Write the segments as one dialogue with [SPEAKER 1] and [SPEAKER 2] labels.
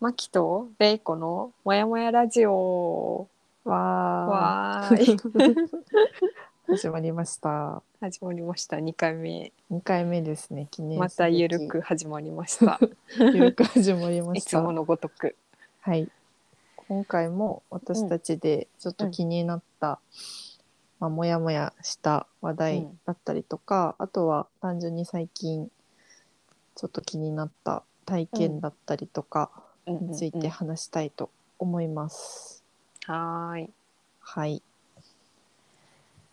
[SPEAKER 1] マキとレイコのもやもやラジオ
[SPEAKER 2] わ
[SPEAKER 1] は
[SPEAKER 2] ーい 始まりました。
[SPEAKER 1] 始まりました2回目
[SPEAKER 2] 二回目ですね。記念
[SPEAKER 1] ます
[SPEAKER 2] べき
[SPEAKER 1] たゆるく始まりました
[SPEAKER 2] ゆるく始まりま
[SPEAKER 1] い
[SPEAKER 2] し
[SPEAKER 1] つ も
[SPEAKER 2] た。
[SPEAKER 1] のごとく
[SPEAKER 2] はい。今回も私たちでちょっと気になった、まあもやもやした話題だったりとか、あとは単純に最近ちょっと気になった体験だったりとかについて
[SPEAKER 1] は
[SPEAKER 2] 話したいと思います。
[SPEAKER 1] ーい
[SPEAKER 2] はい。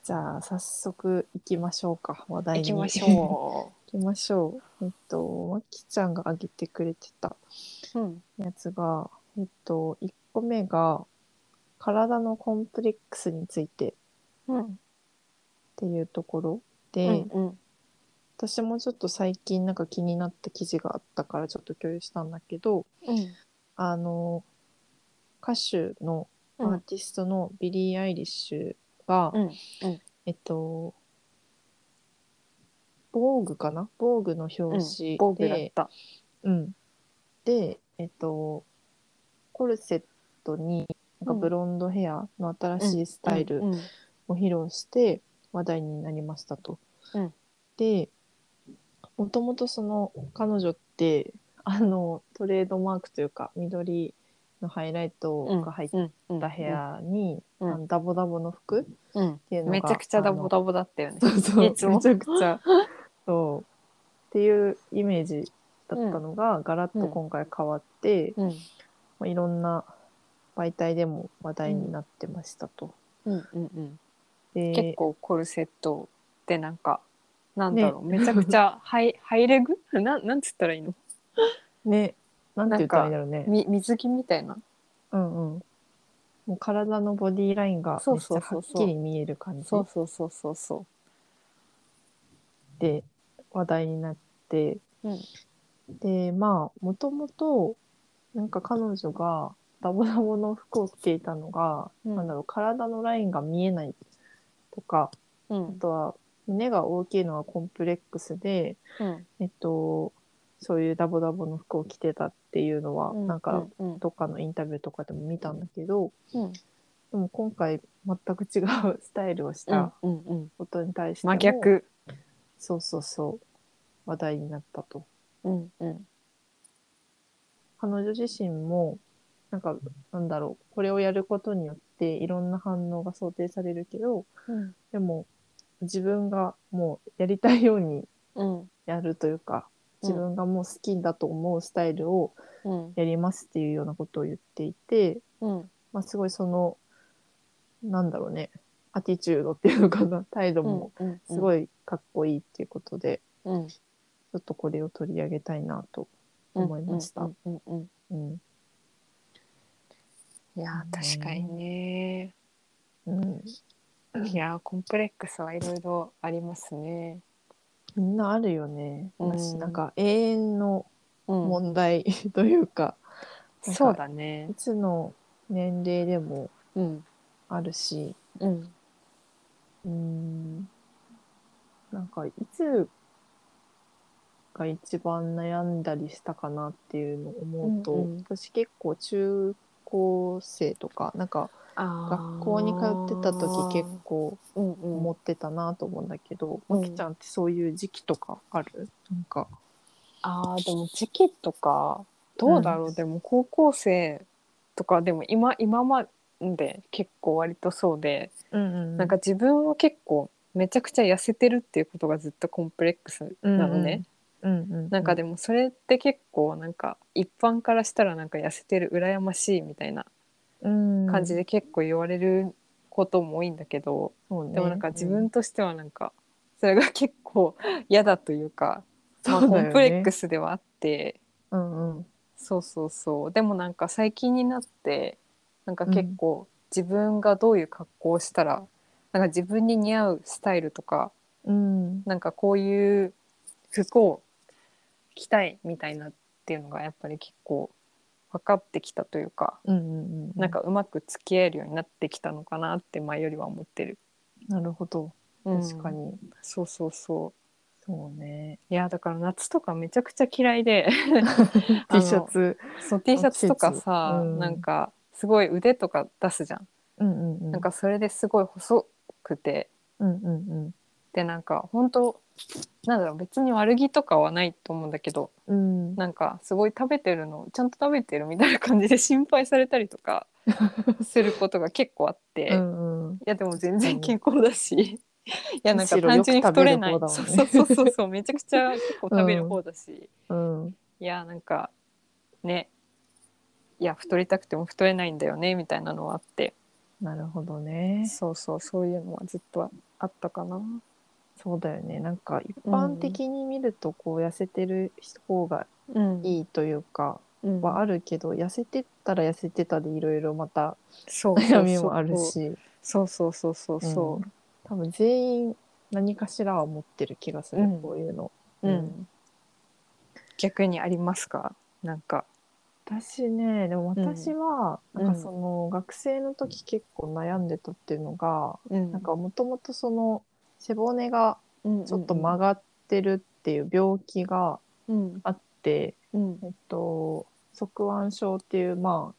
[SPEAKER 2] じゃあ早速行きましょうか話
[SPEAKER 1] 行
[SPEAKER 2] 題に。
[SPEAKER 1] きまし
[SPEAKER 2] 行
[SPEAKER 1] ょ
[SPEAKER 2] きましょう。えっとまきちゃんが挙げてくれてた
[SPEAKER 1] う、うん、
[SPEAKER 2] やつがえっと1個目が体のコンプレックスについてっ
[SPEAKER 1] うん
[SPEAKER 2] ていうところ
[SPEAKER 1] う
[SPEAKER 2] で、
[SPEAKER 1] んうん
[SPEAKER 2] 私もちょっと最近なんか気になった記事があったからちょっと共有したんだけど
[SPEAKER 1] うん
[SPEAKER 2] あの歌手のアーティストのビリー・アイリッシュが、
[SPEAKER 1] うん
[SPEAKER 2] えっと、防具かな防具の表紙で、
[SPEAKER 1] 防具だった
[SPEAKER 2] うん。で、えっと、コルセットに、なん
[SPEAKER 1] うん
[SPEAKER 2] かブロンドヘアの新しいスタイル
[SPEAKER 1] うんうん
[SPEAKER 2] を披露して話題になりましたと。
[SPEAKER 1] うん
[SPEAKER 2] で、もともとその彼女って、あの、トレードマークというか、緑のハイライトが入っ
[SPEAKER 1] うんうん
[SPEAKER 2] たヘアに、
[SPEAKER 1] うん
[SPEAKER 2] あのダボダボの服
[SPEAKER 1] うん
[SPEAKER 2] ていうのが
[SPEAKER 1] めちゃくちゃダボダボだったよね
[SPEAKER 2] そうそう
[SPEAKER 1] いつも
[SPEAKER 2] めちゃくち ゃそうっていうイメージだったのが、ガラッと今回変わって、
[SPEAKER 1] うん
[SPEAKER 2] まあ、いろんな媒体でも話題になってましたと。
[SPEAKER 1] うんうんうん
[SPEAKER 2] で
[SPEAKER 1] 結構コルセットってなんかなんだろう、めちゃくちゃハイハイレグなんなんつったらいいの
[SPEAKER 2] ねなんて言ったらいいんだろうね。
[SPEAKER 1] み水着みたいな
[SPEAKER 2] うんうんもう体のボディラインが
[SPEAKER 1] そ
[SPEAKER 2] め
[SPEAKER 1] う
[SPEAKER 2] っち
[SPEAKER 1] そう
[SPEAKER 2] ゃ
[SPEAKER 1] そ
[SPEAKER 2] は
[SPEAKER 1] う
[SPEAKER 2] っ
[SPEAKER 1] そう
[SPEAKER 2] きり見える感じ
[SPEAKER 1] そうそうそうそうそ
[SPEAKER 2] で話題になって、
[SPEAKER 1] うん
[SPEAKER 2] でまあもともとなんか彼女がダボダボの服を着ていたのが、
[SPEAKER 1] うん
[SPEAKER 2] なんだろう体のラインが見えないとか
[SPEAKER 1] う。う
[SPEAKER 2] あ
[SPEAKER 1] ん。
[SPEAKER 2] とは胸が大きいのはコンプレックスで、
[SPEAKER 1] うん。
[SPEAKER 2] えっと、そういうダボダボの服を着てたっていうのは、なんか
[SPEAKER 1] うん。
[SPEAKER 2] どっかのインタビューとかでも見たんだけど
[SPEAKER 1] うん。
[SPEAKER 2] でも今回全く違う スタイルをし
[SPEAKER 1] う
[SPEAKER 2] た
[SPEAKER 1] ん。うん。うん。
[SPEAKER 2] ことに対しても、
[SPEAKER 1] 真逆。
[SPEAKER 2] そうそうそう話題になったと。
[SPEAKER 1] うん。うん。
[SPEAKER 2] 彼女自身もなんかなんだろうこれをやることによっていろんな反応が想定されるけど
[SPEAKER 1] うん。
[SPEAKER 2] でも自分がもうやりたいように
[SPEAKER 1] うん。
[SPEAKER 2] やるというか自分がもう好きだと思うスタイルを
[SPEAKER 1] うん。
[SPEAKER 2] やりますっていうようなことを言っていて、
[SPEAKER 1] うん。
[SPEAKER 2] まあ、すごいそのなんだろうねアティチュードっていうのかな態度も
[SPEAKER 1] うん。
[SPEAKER 2] す
[SPEAKER 1] い。
[SPEAKER 2] ごいかっこいいっていうことで、
[SPEAKER 1] うん。
[SPEAKER 2] ちょっとこれを取り上げたいなと思いました。
[SPEAKER 1] うん。うん。うん。
[SPEAKER 2] うん
[SPEAKER 1] いやー、確かにね。
[SPEAKER 2] うん、
[SPEAKER 1] いやー、コンプレックスはいろいろありますね。
[SPEAKER 2] みんなあるよね。
[SPEAKER 1] うん
[SPEAKER 2] 私なんか永遠の
[SPEAKER 1] うん。
[SPEAKER 2] 問題というか、
[SPEAKER 1] そうだね
[SPEAKER 2] い。つの年齢でも
[SPEAKER 1] うん。
[SPEAKER 2] あるし、
[SPEAKER 1] うん。
[SPEAKER 2] うーん、なんかいつが一番悩んだりしたかなっていうのを思うと、
[SPEAKER 1] うんうん
[SPEAKER 2] 私結構中高生とか、なんか学
[SPEAKER 1] 学
[SPEAKER 2] 校に通ってた時結構
[SPEAKER 1] 構。うん。うん。
[SPEAKER 2] 思ってたなと思うんだけど、
[SPEAKER 1] うん
[SPEAKER 2] まきちゃんってそういう時期とかあるなんか、
[SPEAKER 1] あーでも時期とかどうだろう、
[SPEAKER 2] うん
[SPEAKER 1] でも高校生とかでも今今まで結構割とそうで、
[SPEAKER 2] うんうん
[SPEAKER 1] なんか自分は結構めちゃくちゃ痩せてるっていうことがずっとコンプレックスなのね、
[SPEAKER 2] うんうんうん、
[SPEAKER 1] なんかでもそれって結構なんか一般からしたらなんか痩せてる羨ましいみたいな
[SPEAKER 2] 感
[SPEAKER 1] 感じで結構言われることも多いんだけど、
[SPEAKER 2] そうね、
[SPEAKER 1] でもなんか自分としてはなんかそれが結構嫌だというか、まあ、コンプレック
[SPEAKER 2] ス、
[SPEAKER 1] スではあって。
[SPEAKER 2] うんうん、
[SPEAKER 1] そうそうそうでもなんか最近になってなんか結構自分がどういう格好をしたら、なんか自分に似合うスタイルとか
[SPEAKER 2] うん
[SPEAKER 1] なんかこういう服を着たいみたいなっていうのがやっぱり結構分かってきたというか、
[SPEAKER 2] うんうんうん、
[SPEAKER 1] なんかうまく付き合えるようになってきたのかなって前よりは思ってる。
[SPEAKER 2] なるほど
[SPEAKER 1] うん
[SPEAKER 2] 確かに、
[SPEAKER 1] そうそうそ
[SPEAKER 2] そうね。
[SPEAKER 1] いやだから夏とかめちゃくちゃ嫌いであ
[SPEAKER 2] T
[SPEAKER 1] の
[SPEAKER 2] シャツ。
[SPEAKER 1] そう T シャツとかさ、
[SPEAKER 2] うん
[SPEAKER 1] なんかすごい腕とか出すじゃん、
[SPEAKER 2] うんうんうん。
[SPEAKER 1] なん、かそれですごい細くて
[SPEAKER 2] うんうん
[SPEAKER 1] でなんか本当なんだろう別に悪気とかはないと思うんだけど
[SPEAKER 2] うん。うん。
[SPEAKER 1] なんかすごい食べてるのちゃんと食べてるみたいな感じで心配されたりと かすることが結構あって、
[SPEAKER 2] う
[SPEAKER 1] い
[SPEAKER 2] んうん。
[SPEAKER 1] やでも全然健康だし、いやなんか
[SPEAKER 2] むしろ
[SPEAKER 1] 単
[SPEAKER 2] よく
[SPEAKER 1] 純に太れない、
[SPEAKER 2] 食べる方
[SPEAKER 1] そう
[SPEAKER 2] だもんね
[SPEAKER 1] そうそうそう そうめちゃくちゃ結構食べる方だし、
[SPEAKER 2] うん。
[SPEAKER 1] いやなんかねいや太りたくても太れないんだよねみたいなのはあって
[SPEAKER 2] なるほどね。
[SPEAKER 1] そうそうそういうのはずっとあったかな。
[SPEAKER 2] そうだよね。なんか一般的に見るとこう痩せてる方が
[SPEAKER 1] うん、
[SPEAKER 2] いいというか
[SPEAKER 1] うん
[SPEAKER 2] はあるけど、痩せてったら痩せてたでいろいろまた
[SPEAKER 1] そう
[SPEAKER 2] 悩みもあるし、
[SPEAKER 1] そうそうそうそうそ
[SPEAKER 2] うん多分全員何かしらは持ってる気がする、
[SPEAKER 1] うん
[SPEAKER 2] こういうの。
[SPEAKER 1] う、うん
[SPEAKER 2] うん
[SPEAKER 1] 逆にありますかなんか。
[SPEAKER 2] 私ねでも私は、
[SPEAKER 1] うん
[SPEAKER 2] なんかその学生の時結構悩んでたっていうのが、
[SPEAKER 1] うん
[SPEAKER 2] なんかもともとその背骨がちょっと曲
[SPEAKER 1] が
[SPEAKER 2] がってるっていう病気が
[SPEAKER 1] うん
[SPEAKER 2] あって、
[SPEAKER 1] うん
[SPEAKER 2] えっと側腕症っていうまあ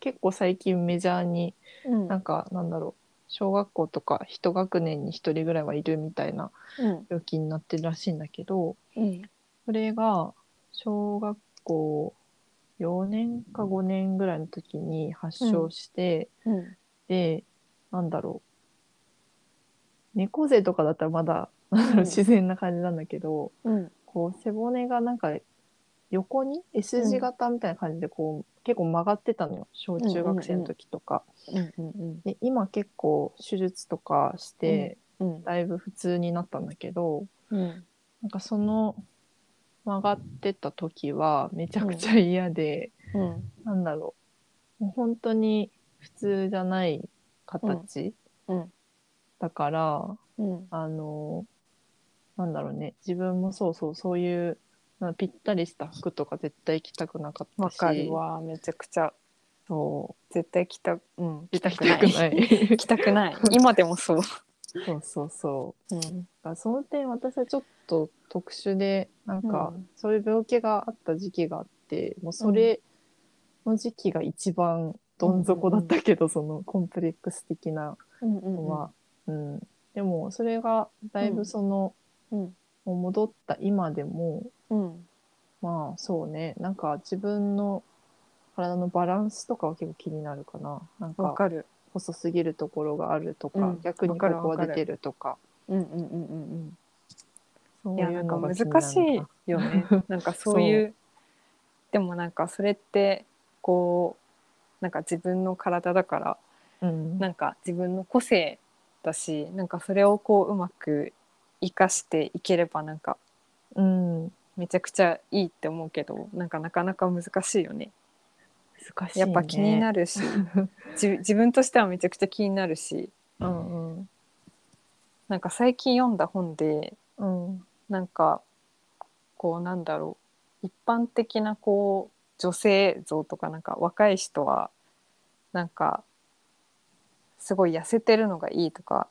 [SPEAKER 2] 結構最近メジャーに
[SPEAKER 1] うん
[SPEAKER 2] なんかなんだろう小学校とか一学年に一人ぐらいはいるみたいな
[SPEAKER 1] うん
[SPEAKER 2] 病気になってるらしいんだけど
[SPEAKER 1] うん
[SPEAKER 2] それが小学校4年か5年ぐらいの時に発症して、
[SPEAKER 1] うん
[SPEAKER 2] でなんだろう猫背とかだったらまだなんだ
[SPEAKER 1] う
[SPEAKER 2] ろう
[SPEAKER 1] ん
[SPEAKER 2] 自然な感じなんだけど、
[SPEAKER 1] うん
[SPEAKER 2] こう背骨がなんか横に S 字型みたいな感じでこう、結構曲がってたのよ小中学生の時とか。
[SPEAKER 1] うんうん
[SPEAKER 2] で今結構手術とかして、
[SPEAKER 1] うん
[SPEAKER 2] だいぶ普通になったんだけど
[SPEAKER 1] うん
[SPEAKER 2] なんかその曲がってた時はめちゃくちゃ嫌で、
[SPEAKER 1] うん
[SPEAKER 2] なんだろうもう本当に普通じゃない形、
[SPEAKER 1] うんうん
[SPEAKER 2] だから
[SPEAKER 1] うん
[SPEAKER 2] あの、なんだろうね、自分もそうそう、そういう、なぴったりした服とか絶対着たくなかった
[SPEAKER 1] わ
[SPEAKER 2] し、
[SPEAKER 1] かるわめちゃくちゃ
[SPEAKER 2] そ
[SPEAKER 1] 絶対着たうん。
[SPEAKER 2] う、着たくないい。
[SPEAKER 1] 着たくない。今でもそう。
[SPEAKER 2] そうそうそうう。だからその点私はちょっと特殊で、なんか、
[SPEAKER 1] うん
[SPEAKER 2] そういう病気があった時期があって、もうそれの時期が一番どん底だったけど、そのコンプレックス的な
[SPEAKER 1] うんう
[SPEAKER 2] の
[SPEAKER 1] ん
[SPEAKER 2] は。うん。でも、それがだいぶその、
[SPEAKER 1] うん
[SPEAKER 2] もう戻った今でも、
[SPEAKER 1] うん
[SPEAKER 2] まあそうねなんか自分の体のバランスとかは結構気になるかななん
[SPEAKER 1] わ
[SPEAKER 2] か
[SPEAKER 1] かる。
[SPEAKER 2] 細すぎるところがあるとか、
[SPEAKER 1] うん
[SPEAKER 2] 逆に
[SPEAKER 1] わ
[SPEAKER 2] こ
[SPEAKER 1] かる
[SPEAKER 2] こは出てるとか
[SPEAKER 1] うんうんうんうん
[SPEAKER 2] そ
[SPEAKER 1] うん。
[SPEAKER 2] う
[SPEAKER 1] い
[SPEAKER 2] い
[SPEAKER 1] や
[SPEAKER 2] う
[SPEAKER 1] なんか
[SPEAKER 2] のが
[SPEAKER 1] 難
[SPEAKER 2] 気になる
[SPEAKER 1] しいよね。 なんかそういう。でもなんかそれってこうなんか自分の体だから
[SPEAKER 2] うん
[SPEAKER 1] なんか自分の個性だしなんかそれをこううまく生かしていければなんか
[SPEAKER 2] うん
[SPEAKER 1] めちゃくちゃいいって思うけどなんかなかなか難しいよね。
[SPEAKER 2] 難しいね
[SPEAKER 1] やっぱ気になるし、じ自分としてはめちゃくちゃ気になるし
[SPEAKER 2] うんうん
[SPEAKER 1] なんか最近読んだ本で
[SPEAKER 2] うん
[SPEAKER 1] なんかこうなんだろう一般的なこう女性像とかなんか若い人はなんかすごい痩せてるのがいいとか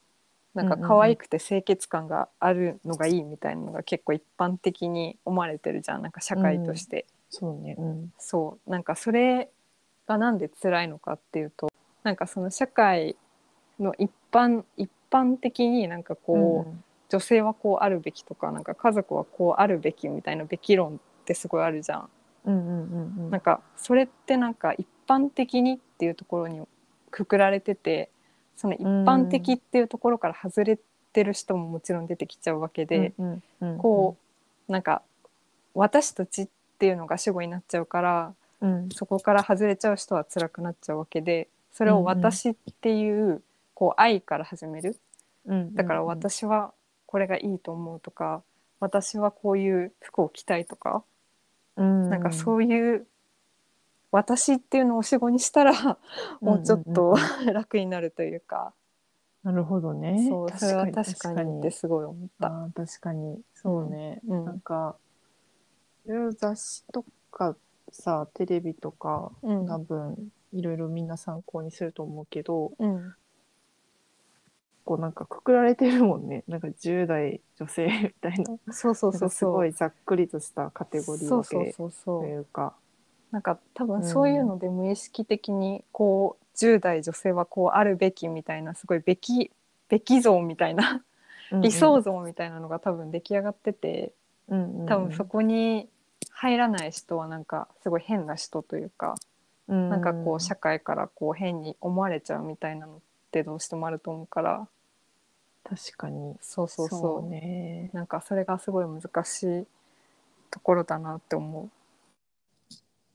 [SPEAKER 1] なんか
[SPEAKER 2] うんうんうん
[SPEAKER 1] 可愛くて清潔感があるのがいいみたいなのが結構一般的に思われてるじゃんなんか社会として。
[SPEAKER 2] そうねうん
[SPEAKER 1] そうなんかそれがなんで辛いのかっていうとなんかその社会の一般一般的になんかこう、女性はこうあるべきとかなんか家族はこうあるべきみたいなべき論ってすごいあるじゃん。
[SPEAKER 2] うんうんうんうんうん
[SPEAKER 1] なんかそれってなんか一般的にっていうところにくくられててその一般的っていうところから外れてる人ももちろん出てきちゃうわけで、
[SPEAKER 2] うんうん
[SPEAKER 1] こうなんか私たちっていうのが主語になっちゃうから
[SPEAKER 2] うん
[SPEAKER 1] そこから外れちゃう人は辛くなっちゃうわけでそれを私っていう,、こう愛から始める
[SPEAKER 2] うん
[SPEAKER 1] だから私はこれがいいと思うとか私はこういう服を着たいとか、
[SPEAKER 2] な
[SPEAKER 1] なんかそういう私っていうのを主語にしたらもうちょっと 楽になるというか、
[SPEAKER 2] なるほどね
[SPEAKER 1] そうそれは確かにってすごい思った。
[SPEAKER 2] あー確かにそうね、
[SPEAKER 1] うん
[SPEAKER 2] なんかいろいろ雑誌とかさテレビとか
[SPEAKER 1] うん
[SPEAKER 2] 多分いろいろみんな参考にすると思うけど、
[SPEAKER 1] うん
[SPEAKER 2] こ構なんかくくられてるもんねなんか10代女性みたいな
[SPEAKER 1] そうそう
[SPEAKER 2] な
[SPEAKER 1] そ
[SPEAKER 2] んか
[SPEAKER 1] う
[SPEAKER 2] す
[SPEAKER 1] そう
[SPEAKER 2] ごいざっくりとしたカテゴリー
[SPEAKER 1] そう
[SPEAKER 2] 分
[SPEAKER 1] そう
[SPEAKER 2] け
[SPEAKER 1] そうそ
[SPEAKER 2] と
[SPEAKER 1] う
[SPEAKER 2] いうか
[SPEAKER 1] なんか多分そういうので無意識的にこう10代女性はこうあるべきみたいなすごいべきべき像みたいな理想像みたいなのが多分出来上がってて多
[SPEAKER 2] 多
[SPEAKER 1] 分そこに入らない人はなんかすごい変な人というかな
[SPEAKER 2] なん
[SPEAKER 1] かこう社会からこう変に思われちゃうみたいなのってどうしてもあると思うから
[SPEAKER 2] 確かに
[SPEAKER 1] そうそうそう
[SPEAKER 2] ね
[SPEAKER 1] なんかそれがすごい難しいところだなって思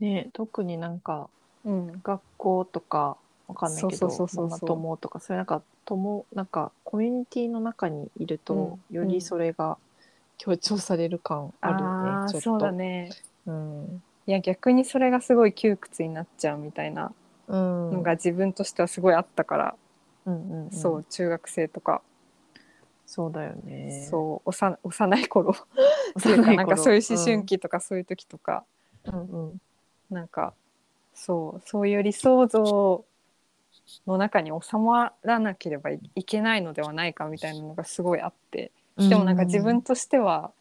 [SPEAKER 2] ね特になんか
[SPEAKER 1] う。うん、
[SPEAKER 2] 学校とかわかんないけ
[SPEAKER 1] そ
[SPEAKER 2] ど
[SPEAKER 1] うそうそうそうそう
[SPEAKER 2] ママ友とかそういうなんか友なんかコミュニティの中にいると、
[SPEAKER 1] うん
[SPEAKER 2] よりそれが強調される感あるよ
[SPEAKER 1] あ
[SPEAKER 2] ね、
[SPEAKER 1] ー
[SPEAKER 2] ちょ
[SPEAKER 1] そ
[SPEAKER 2] っ
[SPEAKER 1] う
[SPEAKER 2] と
[SPEAKER 1] だね
[SPEAKER 2] うん
[SPEAKER 1] いや逆にそれがすごい窮屈になっちゃうみたいな
[SPEAKER 2] うん
[SPEAKER 1] のが自分としてはすごいあったから、
[SPEAKER 2] うんうんうん
[SPEAKER 1] そう中学生とか、
[SPEAKER 2] そうだよね
[SPEAKER 1] そう幼幼い頃
[SPEAKER 2] う
[SPEAKER 1] っていうか なんかそういう思春、期とかそういう時とか、
[SPEAKER 2] うんうんうん
[SPEAKER 1] なんかそうそういう理想像の中に収まらなければいいけないのではないかみたいなのがすごいあってでもなんか自分としては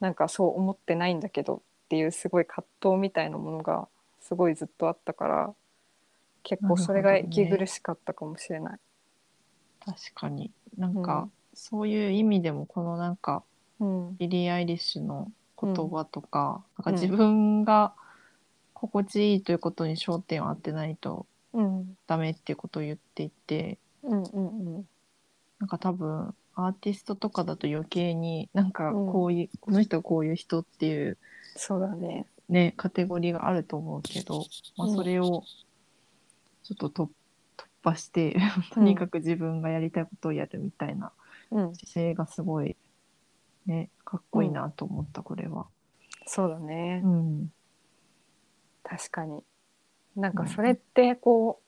[SPEAKER 1] なんかそう思ってないんだけどっていうすごい葛藤みたいなものがすごいずっとあったから結構それが息苦しかったかもしれない。
[SPEAKER 2] 確かになん
[SPEAKER 1] う
[SPEAKER 2] か
[SPEAKER 1] ん
[SPEAKER 2] そういう意味でもこのなんか
[SPEAKER 1] うん
[SPEAKER 2] ビリー・アイリッシュの言葉とか,、
[SPEAKER 1] う
[SPEAKER 2] なんんか自分が心地いいということに焦点を当てないと
[SPEAKER 1] うん
[SPEAKER 2] ダメっていうことを言っていて
[SPEAKER 1] うんうんうん
[SPEAKER 2] なんか多分アーティストとかだと余計になんかこういう、この人はこういう人っていう
[SPEAKER 1] そうだね。
[SPEAKER 2] ねカテゴリーがあると思うけど、まあ、
[SPEAKER 1] うん
[SPEAKER 2] それをちょっとと突破してとにかく自分がやりたいことをやるみたいな
[SPEAKER 1] うん、
[SPEAKER 2] 姿勢がすごい、ね、かっこいいなと思ったこれは。
[SPEAKER 1] そうだね。
[SPEAKER 2] うん
[SPEAKER 1] 確かになんかそれってこ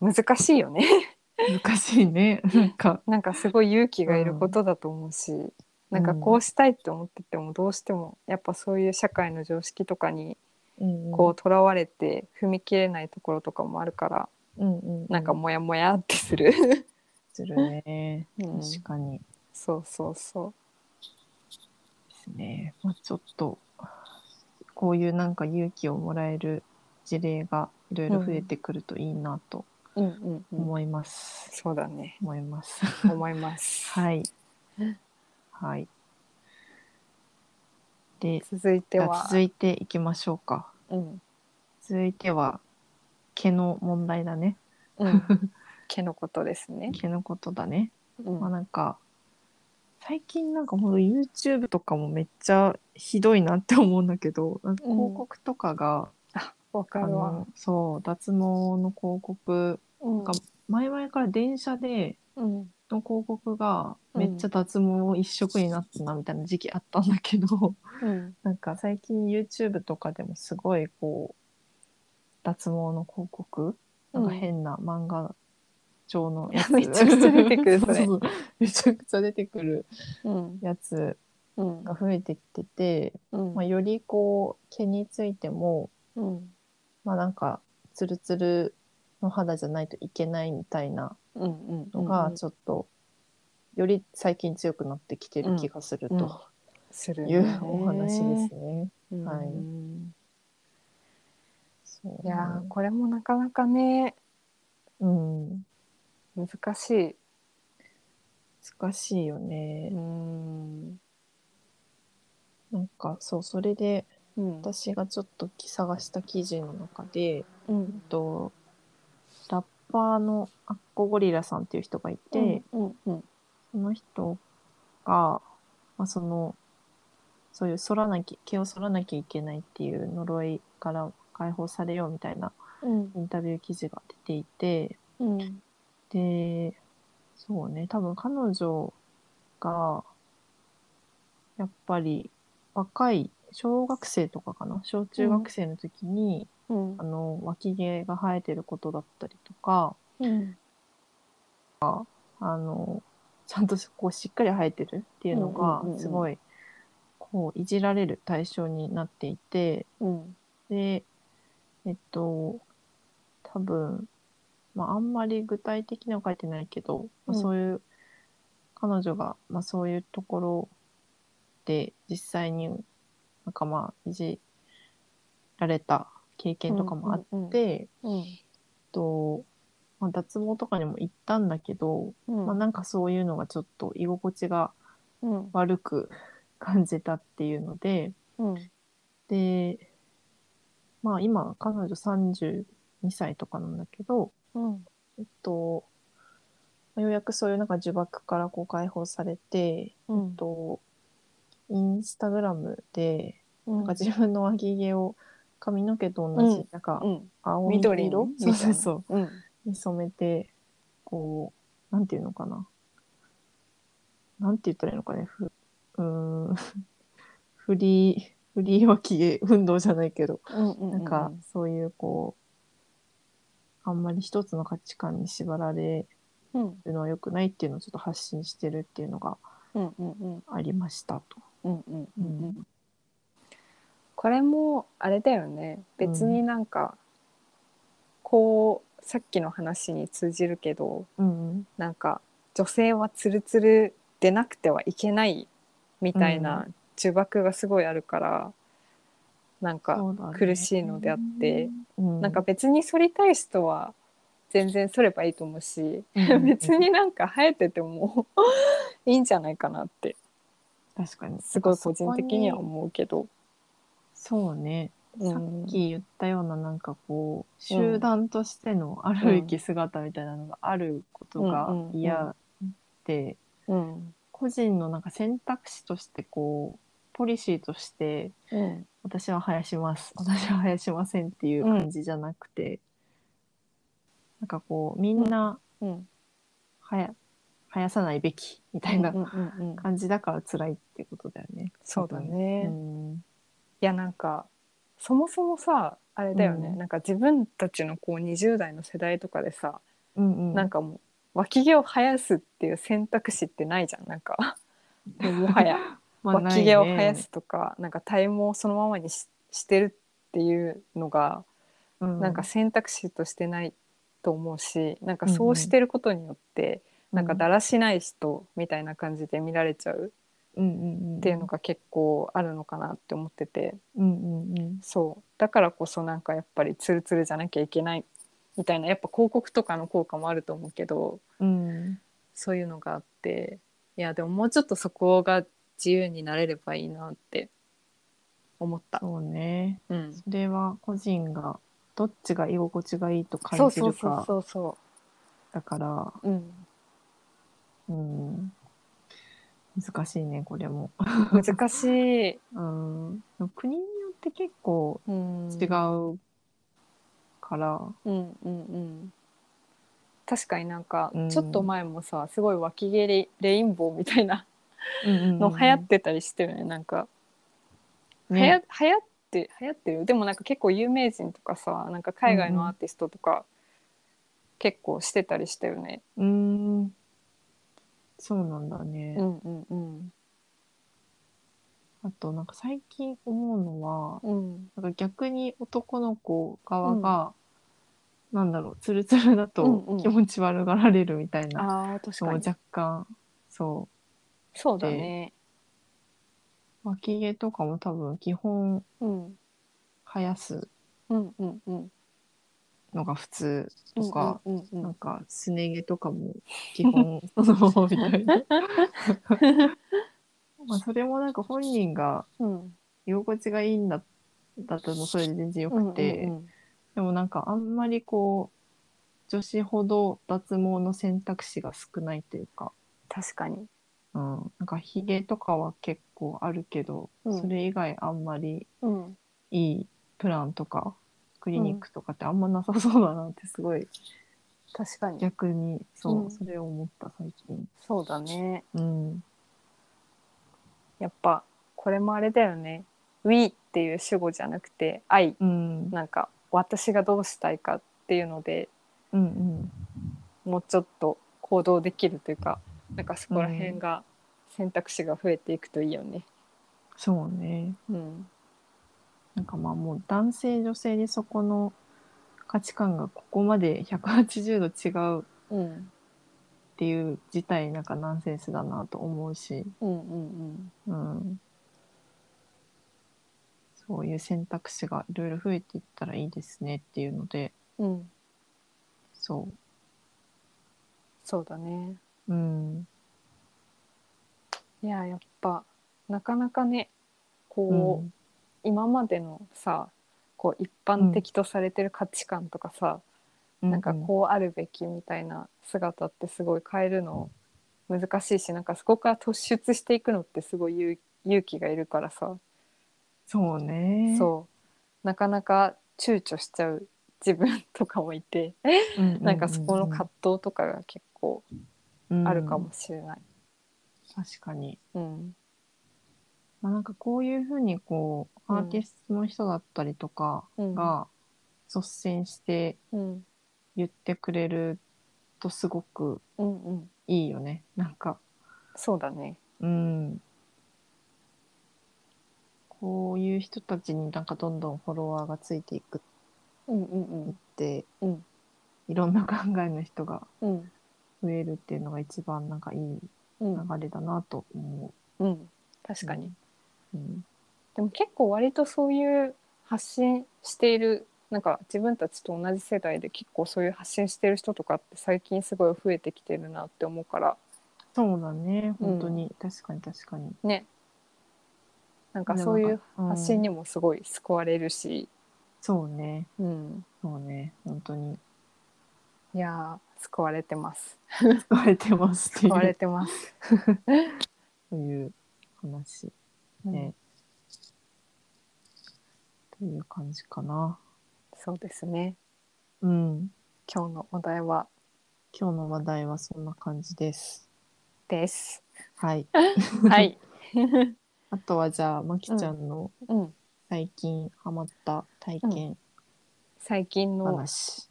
[SPEAKER 1] う、難しいよね
[SPEAKER 2] 難しいね。なんか、
[SPEAKER 1] なんかすごい勇気がいることだと思うし、なんかこうしたいって思っててもどうしてもやっぱそういう社会の常識とかにこうとらわれて踏み切れないところとかもあるから、
[SPEAKER 2] うんうん、
[SPEAKER 1] なんかモヤモヤってする、
[SPEAKER 2] するね。
[SPEAKER 1] うん、
[SPEAKER 2] 確かにで
[SPEAKER 1] そうそうそ
[SPEAKER 2] すね。まあ、ちょっとこういうなんか勇気をもらえる事例がいろいろ増えてくるといいなと
[SPEAKER 1] う、うんうんうん、
[SPEAKER 2] 思います。
[SPEAKER 1] そうだね
[SPEAKER 2] 思い ます。
[SPEAKER 1] 思います、
[SPEAKER 2] はい。はい。で、
[SPEAKER 1] 続いて
[SPEAKER 2] じゃあ
[SPEAKER 1] は
[SPEAKER 2] 続いていきましょうか。
[SPEAKER 1] うん
[SPEAKER 2] 続いては毛の問題だね。
[SPEAKER 1] うん、 毛のことですね、
[SPEAKER 2] 毛のことだね。
[SPEAKER 1] うん
[SPEAKER 2] まあなんか最近なんかほんと YouTube とかもめっちゃひどいなって思うんだけどなんか広告とかが、
[SPEAKER 1] あわか
[SPEAKER 2] あ
[SPEAKER 1] るわ
[SPEAKER 2] のそう脱毛の広告
[SPEAKER 1] うん
[SPEAKER 2] が前々から電車で
[SPEAKER 1] うん
[SPEAKER 2] の広告がめっちゃ脱毛一色になったなみたいな時期あったんだけど、
[SPEAKER 1] うん
[SPEAKER 2] なんか最近 YouTube とかでもすごいこう脱毛の広告なんか変な漫画上のや つ、
[SPEAKER 1] めちゃくちゃ出てく るそれ
[SPEAKER 2] うそうめちゃくちゃ出てくる
[SPEAKER 1] うん
[SPEAKER 2] やつ
[SPEAKER 1] うん
[SPEAKER 2] が増えてきてて、
[SPEAKER 1] うん
[SPEAKER 2] まあ、よりこう毛についても、
[SPEAKER 1] うん
[SPEAKER 2] まあ、なんかツルツルの肌じゃないといけないみたいな
[SPEAKER 1] うんう
[SPEAKER 2] の
[SPEAKER 1] ん
[SPEAKER 2] がちょっと、より最近強くなってきてる気がする
[SPEAKER 1] うん
[SPEAKER 2] と
[SPEAKER 1] する
[SPEAKER 2] い
[SPEAKER 1] よ
[SPEAKER 2] う
[SPEAKER 1] ね
[SPEAKER 2] お話ですね。
[SPEAKER 1] うん
[SPEAKER 2] はい
[SPEAKER 1] い
[SPEAKER 2] そう
[SPEAKER 1] やーこれもなかなかね
[SPEAKER 2] うん、
[SPEAKER 1] 難しい。
[SPEAKER 2] 難しいよね
[SPEAKER 1] う。ん。
[SPEAKER 2] なんかそうそれで
[SPEAKER 1] うん。
[SPEAKER 2] 私がちょっと探した記事の中で、
[SPEAKER 1] うん。
[SPEAKER 2] とラッパーのアッコゴリラさんっていう人がいて、
[SPEAKER 1] うんうん
[SPEAKER 2] その人が、まあ、その、そういう剃らなきゃ、毛を剃らなきゃいけないっていう呪いから解放されようみたいな
[SPEAKER 1] うん
[SPEAKER 2] インタビュー記事が出ていて、
[SPEAKER 1] うん
[SPEAKER 2] で、そうね、多分彼女が、やっぱり若い、小学生とかかな、小中学生の時に、
[SPEAKER 1] うん
[SPEAKER 2] あの、脇毛が生えてることだったりとか、
[SPEAKER 1] うん
[SPEAKER 2] あの、ちゃんとこうしっかり生えてるっていうのが
[SPEAKER 1] うんうんうんうん
[SPEAKER 2] すごいこういじられる対象になっていて
[SPEAKER 1] うん
[SPEAKER 2] でえっと多分、まあ、あんまり具体的には書いてないけど、まあ
[SPEAKER 1] うん
[SPEAKER 2] そういう彼女が、まあ、そういうところで実際になんかまあいじられた経験とかもあって、
[SPEAKER 1] うんうんうん
[SPEAKER 2] とまあ、脱毛とかにも行ったんだけど、
[SPEAKER 1] うん
[SPEAKER 2] まあ、なんかそういうのがちょっと居心地が
[SPEAKER 1] うん
[SPEAKER 2] 悪く感じたっていうので
[SPEAKER 1] うん
[SPEAKER 2] で、まあ、今彼女32歳とかなんだけど、
[SPEAKER 1] うん
[SPEAKER 2] えっと、まあようやくそういうなんか呪縛からこう解放されて、
[SPEAKER 1] うん
[SPEAKER 2] とインスタグラムで
[SPEAKER 1] うん
[SPEAKER 2] なんか自分の脇毛を髪の毛と同じ、
[SPEAKER 1] うん
[SPEAKER 2] なんか
[SPEAKER 1] うん
[SPEAKER 2] 青緑
[SPEAKER 1] 緑に
[SPEAKER 2] 色
[SPEAKER 1] みたい
[SPEAKER 2] そう
[SPEAKER 1] な
[SPEAKER 2] そうそ
[SPEAKER 1] う
[SPEAKER 2] う
[SPEAKER 1] ん
[SPEAKER 2] に染めてこうなんていうのかななんて言ったらいいのかねふうーん フリーフリー脇毛運動じゃないけど
[SPEAKER 1] うんうん
[SPEAKER 2] なんかそういうこうあんまり一つの価値観に縛られ
[SPEAKER 1] うん
[SPEAKER 2] るのは良くないっていうのをちょっと発信してるっていうのが
[SPEAKER 1] うんうんうん
[SPEAKER 2] ありましたと。
[SPEAKER 1] うんうんう
[SPEAKER 2] うん
[SPEAKER 1] んこれもあれだよね別になんか、こうさっきの話に通じるけど
[SPEAKER 2] うん
[SPEAKER 1] なんか女性はツルツルでなくてはいけないみたいな呪縛がすごいあるから、なんか、苦しいのであって、
[SPEAKER 2] うん、
[SPEAKER 1] なんか 別に剃りたい人は全然剃ればいいと思うし、
[SPEAKER 2] うん
[SPEAKER 1] 別になんか生えてても いいんじゃないかなって
[SPEAKER 2] 確かに
[SPEAKER 1] すごい個人的には思うけど。
[SPEAKER 2] そうね
[SPEAKER 1] う
[SPEAKER 2] さ
[SPEAKER 1] ん
[SPEAKER 2] っき言ったようななんかこう
[SPEAKER 1] うん
[SPEAKER 2] 集団としてのあるべき姿みたいなのがあることが
[SPEAKER 1] うんうんうん
[SPEAKER 2] 嫌で
[SPEAKER 1] うん
[SPEAKER 2] 個人のなんか選択肢としてこうポリシーとして
[SPEAKER 1] うん
[SPEAKER 2] 私は生やします私は生やしませんっていう感じじゃなくて、なんかこうみんな
[SPEAKER 1] うん
[SPEAKER 2] はや生やさないべきみた
[SPEAKER 1] う
[SPEAKER 2] い
[SPEAKER 1] ん
[SPEAKER 2] な
[SPEAKER 1] うんうん
[SPEAKER 2] 感じだから辛いってことだよね。
[SPEAKER 1] そうだ
[SPEAKER 2] う
[SPEAKER 1] ね、い
[SPEAKER 2] ん
[SPEAKER 1] やなんかそもそもさあれだよね、
[SPEAKER 2] うん
[SPEAKER 1] なんか自分たちのこう20代の世代とかでさ、
[SPEAKER 2] うんうん、
[SPEAKER 1] なんかもう脇毛を生やすっていう選択肢ってないじゃんなんか もうもはや
[SPEAKER 2] まあ
[SPEAKER 1] 脇毛を
[SPEAKER 2] ないね
[SPEAKER 1] 生やすとかなんか体毛をそのままにししてるっていうのが、
[SPEAKER 2] う
[SPEAKER 1] なんか選択肢としてないと思うしなんかそうしてることによって、なんかだらしない人みたいな感じで見られちゃうっ
[SPEAKER 2] っ
[SPEAKER 1] ていうのが結構あるのかなって思ってて
[SPEAKER 2] うんうんうん
[SPEAKER 1] そうだからこそなんかやっぱりツルツルじゃなきゃいけないみたいなやっぱ広告とかの効果もあると思うけど
[SPEAKER 2] うん
[SPEAKER 1] そういうのがあっていやでももうちょっとそこが自由になれればいいなって思った。
[SPEAKER 2] そうね
[SPEAKER 1] うん、
[SPEAKER 2] それは個人がどっちが居心地がいいと
[SPEAKER 1] そ
[SPEAKER 2] 感
[SPEAKER 1] う
[SPEAKER 2] じ
[SPEAKER 1] そ
[SPEAKER 2] る
[SPEAKER 1] うそう
[SPEAKER 2] か
[SPEAKER 1] そうそ
[SPEAKER 2] だから、
[SPEAKER 1] う、 うん、
[SPEAKER 2] うん、難しいねこれも、
[SPEAKER 1] 難しい、
[SPEAKER 2] うん、でも国によって結構
[SPEAKER 1] うん、
[SPEAKER 2] 違うから、
[SPEAKER 1] うんうんうん確かになんか
[SPEAKER 2] うん
[SPEAKER 1] ちょっと前もさすごい脇毛レレインボーみたいなの流行ってたりしてるねなんかはや
[SPEAKER 2] ね、
[SPEAKER 1] 流行って流行ってるでもなんか結構有名人とかさなんか海外のアーティストとか結構してたりしたよね。
[SPEAKER 2] うんそうなんだね、
[SPEAKER 1] うんうんうん
[SPEAKER 2] あとなんか最近思うのは
[SPEAKER 1] うん
[SPEAKER 2] なんか逆に男の子側が、なんだろうツルツルだ
[SPEAKER 1] うんう
[SPEAKER 2] と
[SPEAKER 1] ん
[SPEAKER 2] 気持ち悪がられるみたいな
[SPEAKER 1] あー確
[SPEAKER 2] のも
[SPEAKER 1] かに
[SPEAKER 2] 若干、そ
[SPEAKER 1] そうだね。
[SPEAKER 2] う脇毛とかも多分基本
[SPEAKER 1] うん
[SPEAKER 2] 生やす
[SPEAKER 1] うんうんうん
[SPEAKER 2] のが普通とか、
[SPEAKER 1] うんうんうん
[SPEAKER 2] なんかすね毛とかも基 本そのままみたいな。まあそれもなんか本人が
[SPEAKER 1] うん
[SPEAKER 2] 居心地がいいんだだったらもうそれで全然よ
[SPEAKER 1] うん
[SPEAKER 2] くて。
[SPEAKER 1] うん
[SPEAKER 2] でもなんかあんまりこう女子ほど脱毛の選択肢が少ないというか、
[SPEAKER 1] 確かに。
[SPEAKER 2] うん、なんかヒゲとかは結構あるけど、
[SPEAKER 1] うん
[SPEAKER 2] それ以外あんまり
[SPEAKER 1] うん
[SPEAKER 2] いいプランとかクリニックとかってあんまなさそうだなってすごい
[SPEAKER 1] 確かに
[SPEAKER 2] 逆にそう、
[SPEAKER 1] うん
[SPEAKER 2] それを思った最近。
[SPEAKER 1] そうだね。
[SPEAKER 2] うん、
[SPEAKER 1] やっぱこれもあれだよね。We っていう主語じゃなくて I
[SPEAKER 2] うん、
[SPEAKER 1] なんか私がどうしたいかっていうので
[SPEAKER 2] うん、うん、
[SPEAKER 1] もうちょっと行動できるというかなんかそこら辺が選択肢が増えていくといいよね。
[SPEAKER 2] そうね。
[SPEAKER 1] うん、
[SPEAKER 2] なんかまあもう男性女性にそこの価値観がここまで180度違う
[SPEAKER 1] うん、
[SPEAKER 2] っていう自体なんかナンセンスだなと思うし、
[SPEAKER 1] うんうん
[SPEAKER 2] うん、そういう選択肢がいろいろ増えていったらいいですねっていうので
[SPEAKER 1] うんうん
[SPEAKER 2] そ
[SPEAKER 1] そうだね
[SPEAKER 2] う、うん、
[SPEAKER 1] いややっぱなかなかね
[SPEAKER 2] う
[SPEAKER 1] こう、
[SPEAKER 2] ん
[SPEAKER 1] 今までのさこう一般的とされてる価値観とかさ、なんかこうあるべきみたいな姿ってすごい変えるの難しいしなんかそこから突出していくのってすごい勇勇気がいるからさ、
[SPEAKER 2] そうね
[SPEAKER 1] そうなかなか躊躇しちゃう自分とかもい て、
[SPEAKER 2] う、うう
[SPEAKER 1] なんかそこの葛藤とかが結構あるか
[SPEAKER 2] う
[SPEAKER 1] も
[SPEAKER 2] ん
[SPEAKER 1] しれない。
[SPEAKER 2] 確かに、
[SPEAKER 1] うん、
[SPEAKER 2] まあ、なんかこういうふうにこ
[SPEAKER 1] う
[SPEAKER 2] う
[SPEAKER 1] ん
[SPEAKER 2] アーティストの人だったりとか
[SPEAKER 1] うん、
[SPEAKER 2] が率先して
[SPEAKER 1] うん、
[SPEAKER 2] 言ってくれるとすごく
[SPEAKER 1] うん、うん、
[SPEAKER 2] いいよねなんか
[SPEAKER 1] そうだね。
[SPEAKER 2] うんこういう人たちになんかどんどんフォロワーがついていくっ
[SPEAKER 1] うん、うん、
[SPEAKER 2] て、
[SPEAKER 1] うん
[SPEAKER 2] いろんな考えの人が
[SPEAKER 1] うん、うん、
[SPEAKER 2] 増えるっていうのが一番なんかいい
[SPEAKER 1] うん、
[SPEAKER 2] 流れだなと思
[SPEAKER 1] うん、確かに。
[SPEAKER 2] う。うん
[SPEAKER 1] でも結構割とそういう発信しているなんか自分たちと同じ世代で結構そういう発信してる人とかって最近すごい増えてきてるなって思うから
[SPEAKER 2] そうだね
[SPEAKER 1] うん
[SPEAKER 2] 本当に、確かに確かに。
[SPEAKER 1] ねなんかそういう発信に
[SPEAKER 2] も、
[SPEAKER 1] もすごい救われるし、
[SPEAKER 2] そうね
[SPEAKER 1] うん、
[SPEAKER 2] そうね本当に
[SPEAKER 1] いやー救われて ます
[SPEAKER 2] 救われてますってい
[SPEAKER 1] 救われ
[SPEAKER 2] う
[SPEAKER 1] て ます、
[SPEAKER 2] という話ね、という感じかな。
[SPEAKER 1] そうですね
[SPEAKER 2] うん
[SPEAKER 1] 今日のお題は
[SPEAKER 2] 今日の話題はそんな感じです。
[SPEAKER 1] です
[SPEAKER 2] はい。
[SPEAKER 1] は。い、
[SPEAKER 2] あとはじゃあ、まきちゃんの
[SPEAKER 1] うん、
[SPEAKER 2] 最近ハマった体験
[SPEAKER 1] 最近の
[SPEAKER 2] 話。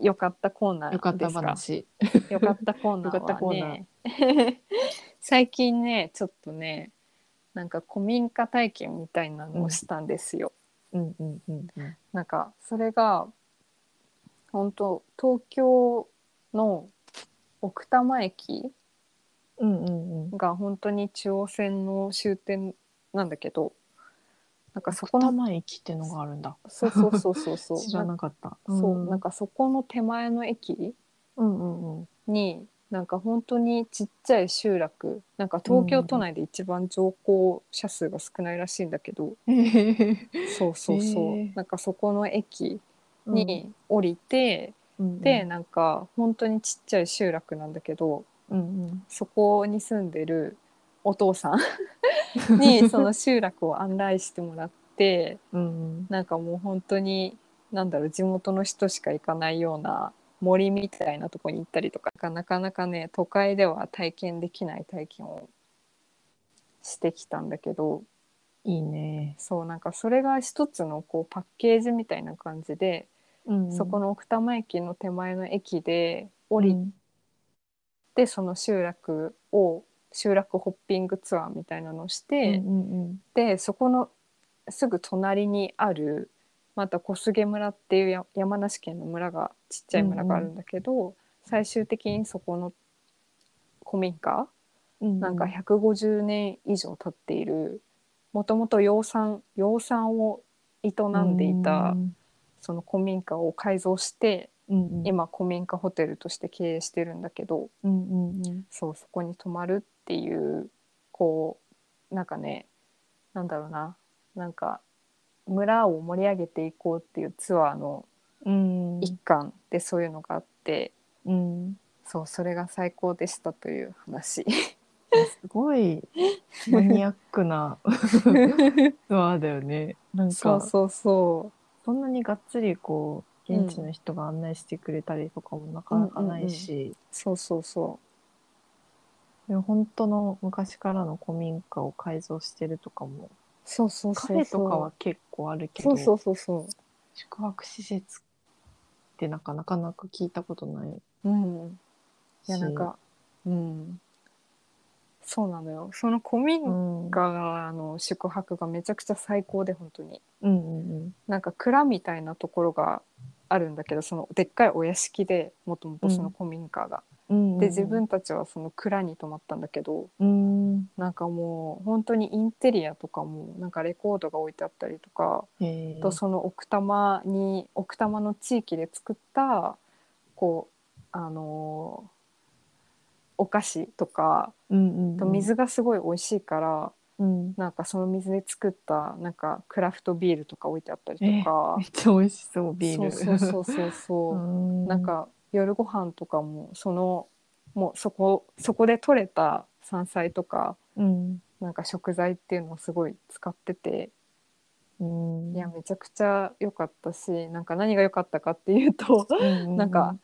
[SPEAKER 1] 良かったコーナー
[SPEAKER 2] よかっ
[SPEAKER 1] で
[SPEAKER 2] た
[SPEAKER 1] すか
[SPEAKER 2] 話。
[SPEAKER 1] よかったコーナー
[SPEAKER 2] よかったコ
[SPEAKER 1] は
[SPEAKER 2] ーナ
[SPEAKER 1] ね 最近ねちょっとねなんか古民家体験みたいなのをしたんですよ。
[SPEAKER 2] うんうんうんうん。
[SPEAKER 1] なんかそれが本当東京の奥多摩駅
[SPEAKER 2] うんうんうん。
[SPEAKER 1] が本当に中央線の終点なんだけどなんかそこ
[SPEAKER 2] 奥多
[SPEAKER 1] の
[SPEAKER 2] 摩駅ってのがあるんだ。
[SPEAKER 1] そうそうそうそうそう
[SPEAKER 2] 知らなかった。
[SPEAKER 1] そうなん
[SPEAKER 2] か。
[SPEAKER 1] かそこの手前の駅
[SPEAKER 2] うんうんうん。
[SPEAKER 1] になんか本当にちっちゃい集落なんか東京都内で一番乗降者数が少ないらしいんだけど、そうそうそう、
[SPEAKER 2] へえ
[SPEAKER 1] なんかそこの駅に降りて、
[SPEAKER 2] うん、
[SPEAKER 1] でなんか本当にちっちゃい集落なんだけど
[SPEAKER 2] うんうん、
[SPEAKER 1] そこに住んでるお父さ んにその集落を案内してもらって
[SPEAKER 2] うんうん、
[SPEAKER 1] なんかもう本当になんだろう地元の人しか行かないような森みたいなとこに行ったりとかなかなかね都会では体験できない体験をしてきたんだけど
[SPEAKER 2] いいね。
[SPEAKER 1] そうなんかそれが一つのこうパッケージみたいな感じで、
[SPEAKER 2] うん
[SPEAKER 1] そこの奥多摩駅の手前の駅で降りて、その集落を集落ホッピングツアーみたいなのをして。
[SPEAKER 2] うんうんうん
[SPEAKER 1] でそこのすぐ隣にあるまた小菅村っていうや山梨県の村がちっちゃい村があるんだけど、最終的にそこの古民家、
[SPEAKER 2] うんうん、
[SPEAKER 1] なんか150年以上経っているもともと養蚕養蚕を営んでいた、その古民家を改造して、
[SPEAKER 2] うんうん、
[SPEAKER 1] 今古民家ホテルとして経営してるんだけど、
[SPEAKER 2] うんうんうん、
[SPEAKER 1] そうそこに泊まるっていうこうなんかねなんだろうななんか村を盛り上げていこうっていうツアーの
[SPEAKER 2] うん
[SPEAKER 1] 一環でそういうのがあって、
[SPEAKER 2] うん、
[SPEAKER 1] そうそれが最高でしたという話
[SPEAKER 2] すごいマニアッ クなツアーだよね。なんかそ
[SPEAKER 1] そうそうそ
[SPEAKER 2] んなにがっつりこう現地の人が案内してくれたりとかもなかなかないし、
[SPEAKER 1] うそうそうそ
[SPEAKER 2] でも本当の昔からの古民家を改造してるとかも
[SPEAKER 1] うそうそう
[SPEAKER 2] カ
[SPEAKER 1] そ
[SPEAKER 2] フ
[SPEAKER 1] う
[SPEAKER 2] ェとかは結構あるけ
[SPEAKER 1] そ
[SPEAKER 2] ど
[SPEAKER 1] うそうそうそ
[SPEAKER 2] 宿泊施設ってなんかなかなか聞いたことないう
[SPEAKER 1] うん
[SPEAKER 2] し。
[SPEAKER 1] いやなんかうんそうなのよその古民
[SPEAKER 2] うん、
[SPEAKER 1] 家があの宿泊がめちゃくちゃ最高で本当に
[SPEAKER 2] うんうん
[SPEAKER 1] なんか蔵みたいなところがあるんだけどそのでっかいお屋敷でもともとその古民家が、
[SPEAKER 2] うん
[SPEAKER 1] で自分たちはその蔵に泊まったんだけど
[SPEAKER 2] うん
[SPEAKER 1] なんかもう本当にインテリアとかもなんかレコードが置いてあったりとか、
[SPEAKER 2] へえ
[SPEAKER 1] とその奥多摩に奥多摩の地域で作ったこうあのーお菓子とか
[SPEAKER 2] うんうん
[SPEAKER 1] と水がすごい美味しいから、
[SPEAKER 2] うん
[SPEAKER 1] なんかその水で作ったなんかクラフトビールとか置いてあったりとか
[SPEAKER 2] め、っちゃ美味しそうビール
[SPEAKER 1] そうそうそうそうそう。
[SPEAKER 2] う
[SPEAKER 1] なんか夜ご飯とかもそのもうそこそこで採れた山菜とか
[SPEAKER 2] うん
[SPEAKER 1] なんか食材っていうのをすごい使ってて
[SPEAKER 2] うん
[SPEAKER 1] いやめちゃくちゃ良かったしなんか何が良かったかっていうと
[SPEAKER 2] な
[SPEAKER 1] なんか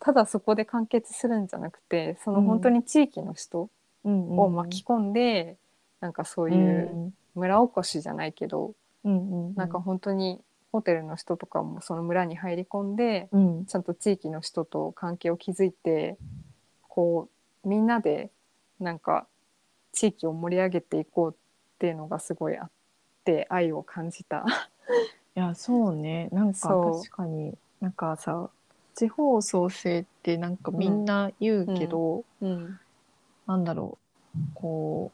[SPEAKER 1] ただそこで完結するんじゃなくてその本当に地域の人を巻き込んで、なんかそういう村おこしじゃないけど、なんか本当にホテルの人とかもその村に入り込んで、
[SPEAKER 2] うん
[SPEAKER 1] ちゃんと地域の人と関係を築いてこうみんなでなんか地域を盛り上げていこうっていうのがすごいあって愛を感じた。
[SPEAKER 2] いやそうねなんか
[SPEAKER 1] そう
[SPEAKER 2] 確かになんかさ地方創生ってなんかみんな言うけど、
[SPEAKER 1] うん、
[SPEAKER 2] なんだろうこ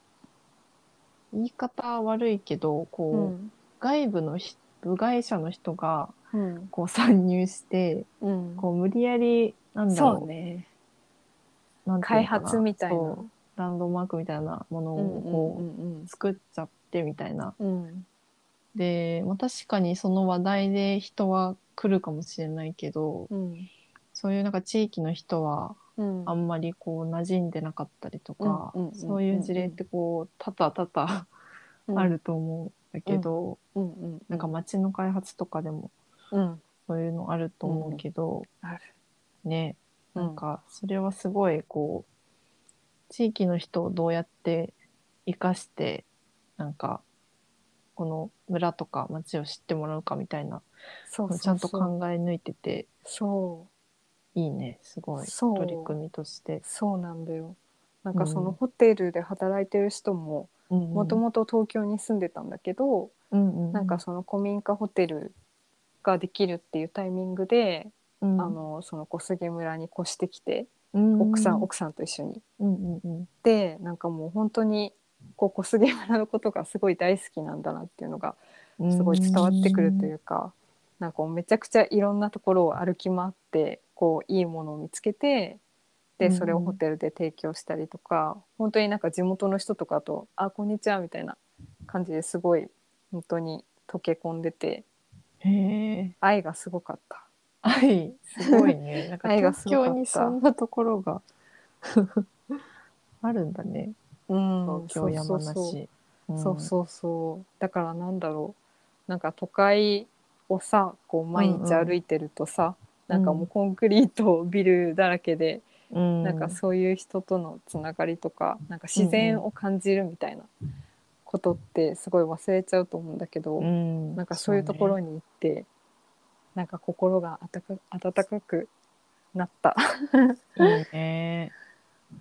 [SPEAKER 2] う言い方は悪いけどこ
[SPEAKER 1] う
[SPEAKER 2] う、
[SPEAKER 1] ん
[SPEAKER 2] 外部のひ部外者の人が
[SPEAKER 1] うん
[SPEAKER 2] こう参入して
[SPEAKER 1] うん
[SPEAKER 2] こう無理やりなんだろう
[SPEAKER 1] そうね
[SPEAKER 2] なんて
[SPEAKER 1] 開
[SPEAKER 2] いうのかな
[SPEAKER 1] 発みたいな。
[SPEAKER 2] そううランドマークみたいなもの
[SPEAKER 1] ん
[SPEAKER 2] を
[SPEAKER 1] うんう
[SPEAKER 2] こ
[SPEAKER 1] ん
[SPEAKER 2] う作っちゃってみたいな。
[SPEAKER 1] うん
[SPEAKER 2] で、まあ、確かにその話題で人は来るかもしれないけど
[SPEAKER 1] うん
[SPEAKER 2] そういうなんか地域の人は
[SPEAKER 1] うん
[SPEAKER 2] あんまりこう馴染んでなかったりとか、
[SPEAKER 1] うんうんうんうん
[SPEAKER 2] そういう事例ってこう多々多々
[SPEAKER 1] うん
[SPEAKER 2] あると思うんだけど、
[SPEAKER 1] うんうん
[SPEAKER 2] なんか街の開発とかでも
[SPEAKER 1] うん
[SPEAKER 2] そういうのあると思うけど、
[SPEAKER 1] ある
[SPEAKER 2] ね
[SPEAKER 1] う
[SPEAKER 2] なんかそれはすごいこう地域の人をどうやって生かしてなんかこの村とか町を知ってもらうかみたいな
[SPEAKER 1] そうそうそう
[SPEAKER 2] ちゃんと考え抜いてて
[SPEAKER 1] そう
[SPEAKER 2] いいねすごい
[SPEAKER 1] そう
[SPEAKER 2] 取り組みとして。
[SPEAKER 1] そうなんだよなんかその
[SPEAKER 2] うん
[SPEAKER 1] ホテルで働いてる人も、も
[SPEAKER 2] も
[SPEAKER 1] ともと東京に住んでたんだけど、なんかその古民家ホテルができるっていうタイミングで、あのその小菅村に越してきて奥さん、奥さんと一緒に。
[SPEAKER 2] うんうんうん
[SPEAKER 1] でなんかもう本当にこう小菅村のことがすごい大好きなんだなっていうのが
[SPEAKER 2] うん
[SPEAKER 1] すごい伝わってくるというか、なんかめちゃくちゃいろんなところを歩き回ってこういいものを見つけて
[SPEAKER 2] う
[SPEAKER 1] で
[SPEAKER 2] ん
[SPEAKER 1] それをホテルで提供したりとか、本当になんか地元の人とかと「あこんにちは」みたいな感じですごい本当に溶け込んでて
[SPEAKER 2] へえ
[SPEAKER 1] 愛がすごかった。
[SPEAKER 2] 愛すごいねなん か
[SPEAKER 1] 愛が
[SPEAKER 2] 東
[SPEAKER 1] すごかった
[SPEAKER 2] 京にそんなところが あるんだね
[SPEAKER 1] うん
[SPEAKER 2] 東京山梨
[SPEAKER 1] そうそうそう
[SPEAKER 2] うん
[SPEAKER 1] そうそうそうだからなんだろうなんか都会をさこう毎日歩いてるとさ、なんかもうコンクリートビルだらけで、
[SPEAKER 2] うん
[SPEAKER 1] なんかそういう人とのつながりとかなんか自然を感じるみたいなことってすごい忘れちゃうと思うんだけど、
[SPEAKER 2] うん
[SPEAKER 1] なんかそういうところに行って、なんか心が温か温かくなった。
[SPEAKER 2] そうねいいね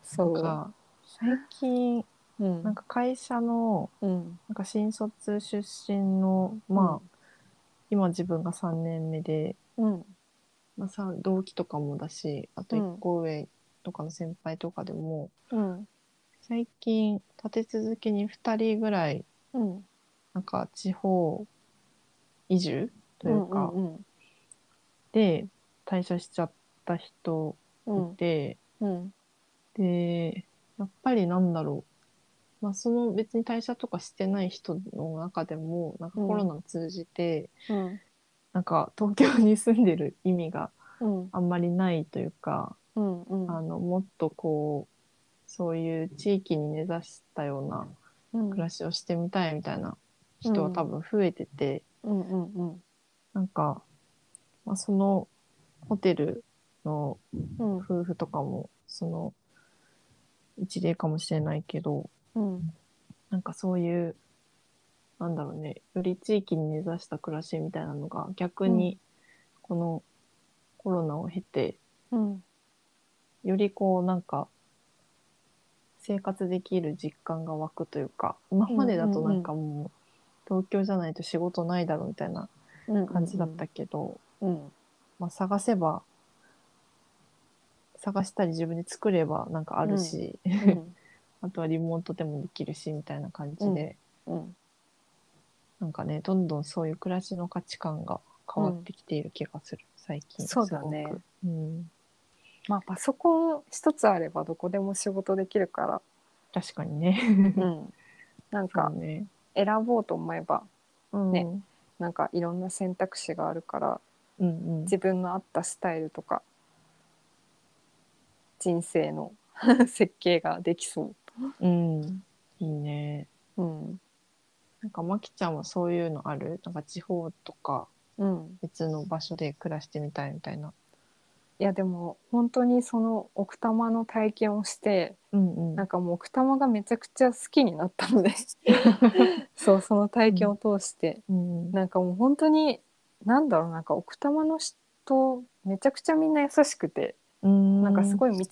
[SPEAKER 1] そう
[SPEAKER 2] なんか最近
[SPEAKER 1] うん
[SPEAKER 2] なんか会社の
[SPEAKER 1] うん
[SPEAKER 2] なんか新卒出身のまあ、今自分が3年目で、
[SPEAKER 1] うん
[SPEAKER 2] まあ、さ同期とかもだしあと
[SPEAKER 1] うん
[SPEAKER 2] 1個上とかの先輩とかでも、
[SPEAKER 1] うん
[SPEAKER 2] 最近立て続けに2人ぐらい
[SPEAKER 1] うん
[SPEAKER 2] なんか地方移住というか、
[SPEAKER 1] うん
[SPEAKER 2] で退社しちゃった人
[SPEAKER 1] うん
[SPEAKER 2] で、
[SPEAKER 1] うん
[SPEAKER 2] でやっぱりなんだろう、まあ、その別に退社とかしてない人の中でもなんかコロナを通じて、
[SPEAKER 1] うん
[SPEAKER 2] なんか東京に住んでる意味が
[SPEAKER 1] うん
[SPEAKER 2] あんまりないというか、
[SPEAKER 1] うんうん
[SPEAKER 2] あのもっとこうそういう地域に根ざしたような
[SPEAKER 1] うん
[SPEAKER 2] 暮らしをしてみたいみたいな人は多分増えてて、
[SPEAKER 1] うんうんうん
[SPEAKER 2] なんか、まあ、そのホテルの
[SPEAKER 1] うん
[SPEAKER 2] 夫婦とかもその一例かもしれないけど
[SPEAKER 1] うん
[SPEAKER 2] なんかそういうなんだろうねより地域に根ざした暮らしみたいなのが逆にこのコロナを経て
[SPEAKER 1] うん
[SPEAKER 2] よりこうなんか生活できる実感が湧くというか今までだとなんかもう東京じゃないと仕事ないだろうみたいな
[SPEAKER 1] うん
[SPEAKER 2] 感じだったけど、
[SPEAKER 1] うん
[SPEAKER 2] まあ、探せば探したり自分で作ればなんかあるし、
[SPEAKER 1] うん
[SPEAKER 2] あとはリモートでもできるしみたいな感じで、
[SPEAKER 1] うん
[SPEAKER 2] なんかねどんどんそういう暮らしの価値観が変わってきている気がする、最近
[SPEAKER 1] そうだね
[SPEAKER 2] すごくうん、
[SPEAKER 1] まあパソコン一つあればどこでも仕事できるから、
[SPEAKER 2] 確かにね。
[SPEAKER 1] なんか
[SPEAKER 2] そう ね
[SPEAKER 1] 選ぼうと思えば
[SPEAKER 2] うん
[SPEAKER 1] ねなんかいろんな選択肢があるから
[SPEAKER 2] うんうん
[SPEAKER 1] 自分の合ったスタイルとか人生の設計ができそ
[SPEAKER 2] うん、いいね。
[SPEAKER 1] う。うん
[SPEAKER 2] なんかまきちゃんはそういうのあるなんか地方とか
[SPEAKER 1] うん、
[SPEAKER 2] 別の場所で暮らしてみたいみたいな。
[SPEAKER 1] いやでも本当にその奥多摩の体験をして
[SPEAKER 2] うんうん
[SPEAKER 1] なんかもう奥多摩がめちゃくちゃ好きになったので そうその体験を通して、
[SPEAKER 2] うんうん
[SPEAKER 1] なんかもう本当になんだろうなんか奥多摩の人めちゃくちゃみんな優しくて、
[SPEAKER 2] うん
[SPEAKER 1] なんかすごい道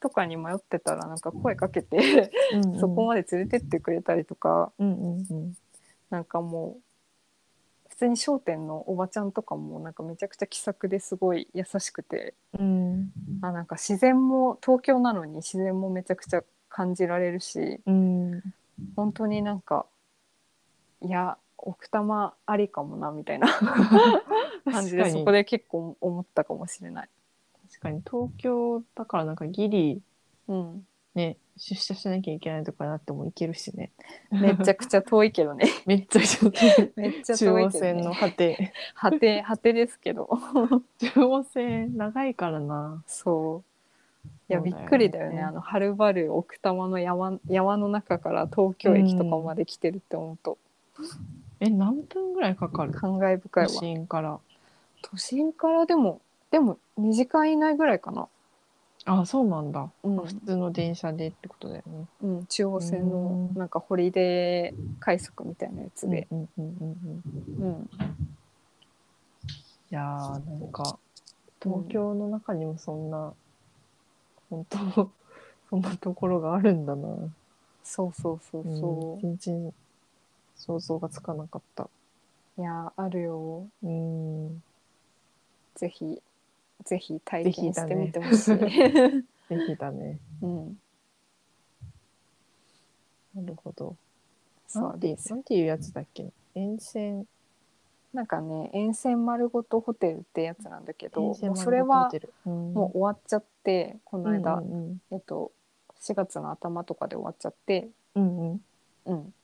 [SPEAKER 1] とかに迷ってたらなんか声かけて
[SPEAKER 2] うんうん
[SPEAKER 1] そこまで連れてってくれたりとか、
[SPEAKER 2] うんうんうん
[SPEAKER 1] なんかもう普通に商店のおばちゃんとかもなんかめちゃくちゃ気さくですごい優しくて
[SPEAKER 2] うん
[SPEAKER 1] あなんか自然も東京なのに自然もめちゃくちゃ感じられるし
[SPEAKER 2] うん
[SPEAKER 1] 本当になんかいや奥多摩ありかもなみたいな感じ
[SPEAKER 2] 確か
[SPEAKER 1] で
[SPEAKER 2] に
[SPEAKER 1] そこで結構思ったかもしれない。
[SPEAKER 2] 確かに東京だからなんかギリ
[SPEAKER 1] うん、
[SPEAKER 2] ね出社しなきゃいけないとかなっても行けるしね
[SPEAKER 1] めちゃくちゃ遠いけどね
[SPEAKER 2] めっちゃちょっと
[SPEAKER 1] めっちゃ
[SPEAKER 2] 中
[SPEAKER 1] 遠
[SPEAKER 2] 央
[SPEAKER 1] いけど、ね、
[SPEAKER 2] 線の果 て
[SPEAKER 1] 果て果てですけど
[SPEAKER 2] 中央線長いからな
[SPEAKER 1] そういや
[SPEAKER 2] そ
[SPEAKER 1] び
[SPEAKER 2] うだよね
[SPEAKER 1] っくりだよねあのはるばる奥多摩の山山の中から東京駅とかまで来てるって思うと
[SPEAKER 2] え何分ぐらいかかる
[SPEAKER 1] 感慨深い
[SPEAKER 2] 都
[SPEAKER 1] わ、
[SPEAKER 2] 心から
[SPEAKER 1] 都心からでもでも2時間以内ぐらいかな、
[SPEAKER 2] あそうなんだ
[SPEAKER 1] うん
[SPEAKER 2] 普通の電車でってことだよね。
[SPEAKER 1] うん、中央線の
[SPEAKER 2] うん
[SPEAKER 1] なんかホリデー快速みたいなやつで、
[SPEAKER 2] うんうんうんうんうん、い
[SPEAKER 1] うん、
[SPEAKER 2] やーなんか東京の中にもそんな、本当 そんなところがあるんだな。
[SPEAKER 1] そうそうそうそう、
[SPEAKER 2] ん、全然想像がつかなかった。
[SPEAKER 1] いやーあるよ
[SPEAKER 2] うん
[SPEAKER 1] ぜひぜひ体
[SPEAKER 2] ぜひ
[SPEAKER 1] 験
[SPEAKER 2] だ
[SPEAKER 1] し
[SPEAKER 2] ね
[SPEAKER 1] てみてほしい、
[SPEAKER 2] ぜひだね。
[SPEAKER 1] うん
[SPEAKER 2] なるほど。
[SPEAKER 1] そう
[SPEAKER 2] なんて
[SPEAKER 1] です
[SPEAKER 2] なんていうやつだっけ沿線
[SPEAKER 1] なんかね沿線丸ごとホテルってやつなんだけど
[SPEAKER 2] 沿線
[SPEAKER 1] もうそれはもう
[SPEAKER 2] も
[SPEAKER 1] 終わっちゃってこ
[SPEAKER 2] う
[SPEAKER 1] の
[SPEAKER 2] ん
[SPEAKER 1] 間、
[SPEAKER 2] うん
[SPEAKER 1] えっと、4月の頭とかで終わっちゃって、
[SPEAKER 2] うんうん
[SPEAKER 1] うん、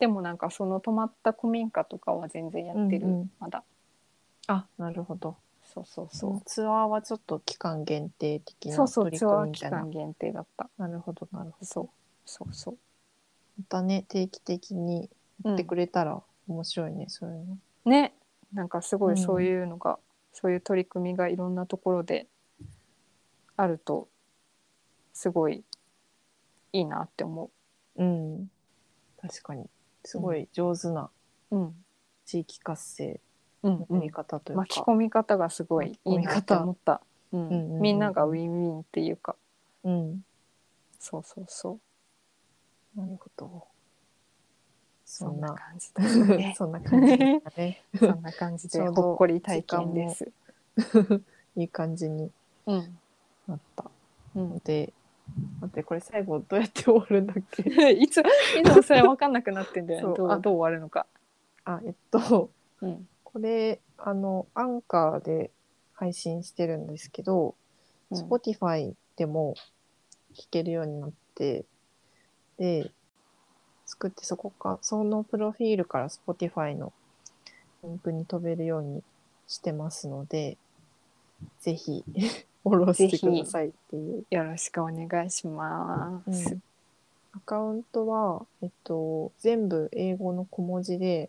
[SPEAKER 1] でもなんかその泊まった古民家とかは全然やってる、
[SPEAKER 2] うんうん
[SPEAKER 1] まだ
[SPEAKER 2] あなるほど。
[SPEAKER 1] そうそう
[SPEAKER 2] そ
[SPEAKER 1] そ
[SPEAKER 2] のツアーはちょっと期間限定的
[SPEAKER 1] う
[SPEAKER 2] な
[SPEAKER 1] そうそう
[SPEAKER 2] 取り
[SPEAKER 1] ツ
[SPEAKER 2] 組
[SPEAKER 1] アー
[SPEAKER 2] みみ
[SPEAKER 1] 期
[SPEAKER 2] たいな。
[SPEAKER 1] 間限定だった
[SPEAKER 2] なるほどなるほど。
[SPEAKER 1] そうそうそう
[SPEAKER 2] またね定期的に
[SPEAKER 1] う
[SPEAKER 2] や
[SPEAKER 1] ん
[SPEAKER 2] ってくれたら面白いね、そういうの。
[SPEAKER 1] ねなんかすご
[SPEAKER 2] うん
[SPEAKER 1] いそういうのが、そういう取り組みがいろんなところであるとすごいいいなって思
[SPEAKER 2] うん確かにすごい上手な
[SPEAKER 1] う。うん
[SPEAKER 2] 地域活性
[SPEAKER 1] うんう
[SPEAKER 2] のや
[SPEAKER 1] ん
[SPEAKER 2] り、方というか、
[SPEAKER 1] 巻き込み方がすごいいいなって思った、うん
[SPEAKER 2] うんうんうん
[SPEAKER 1] みんながウィンウィンっていうか
[SPEAKER 2] うん
[SPEAKER 1] そうそうそう
[SPEAKER 2] なるほどそ
[SPEAKER 1] そ
[SPEAKER 2] ん
[SPEAKER 1] んな
[SPEAKER 2] な。
[SPEAKER 1] 感じですね
[SPEAKER 2] そんな感じですかね
[SPEAKER 1] そんな感じ
[SPEAKER 2] ち
[SPEAKER 1] で
[SPEAKER 2] ょうど
[SPEAKER 1] ほっこり体験です。
[SPEAKER 2] いい感じに
[SPEAKER 1] うん、
[SPEAKER 2] なった
[SPEAKER 1] う
[SPEAKER 2] の
[SPEAKER 1] ん、
[SPEAKER 2] で待ってこれ最後どうやって終わるんだっけ
[SPEAKER 1] いついつもそれ分かんなくなってんだよ
[SPEAKER 2] そう
[SPEAKER 1] ね。ど
[SPEAKER 2] あ
[SPEAKER 1] うどう終わるのか。
[SPEAKER 2] あえっと
[SPEAKER 1] うん、
[SPEAKER 2] これあのアンカーで配信してるんですけど、Spotify でも聴けるようになって、で、作ってそこか、そのプロフィールから Spotify のリンクに飛べるようにしてますので、ぜひ、フォローしてくださいっていう。
[SPEAKER 1] よろしくお願いします。
[SPEAKER 2] アカウントは、えっと、全部英語の小文字で、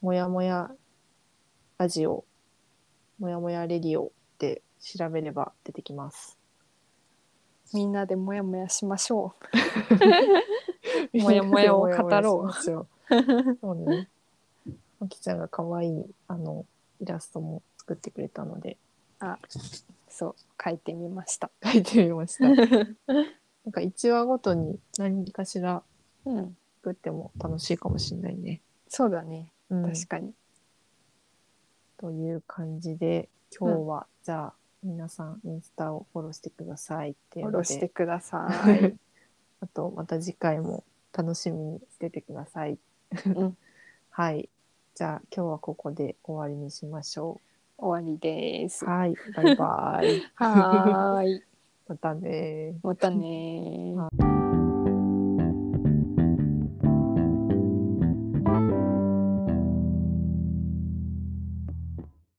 [SPEAKER 2] もやもやラジオ、もやもやレディオって調べれば出てきます。
[SPEAKER 1] みんなでモヤモヤしましょう。モヤモヤを語ろ
[SPEAKER 2] う。 そうね。まきちゃんが可愛いあのイラストも作ってくれたので
[SPEAKER 1] う。そう書いてみました。
[SPEAKER 2] 書いてみま した。なんか一話ごとに何かしら
[SPEAKER 1] うん、
[SPEAKER 2] 作っても楽しいかもしれないね。
[SPEAKER 1] そうだね。
[SPEAKER 2] うん
[SPEAKER 1] 確かに。
[SPEAKER 2] という感じで今日はじゃあ皆さんインスタをフォローしてくださいってい
[SPEAKER 1] フ
[SPEAKER 2] う
[SPEAKER 1] ォ
[SPEAKER 2] の
[SPEAKER 1] ロー
[SPEAKER 2] で
[SPEAKER 1] してください。
[SPEAKER 2] あとまた次回も楽しみにしててください。
[SPEAKER 1] ん
[SPEAKER 2] はい。じゃあ今日はここで終わりにしましょ
[SPEAKER 1] 終わりです
[SPEAKER 2] う。。はい。バイバイ。
[SPEAKER 1] はーい。
[SPEAKER 2] またね
[SPEAKER 1] またねー。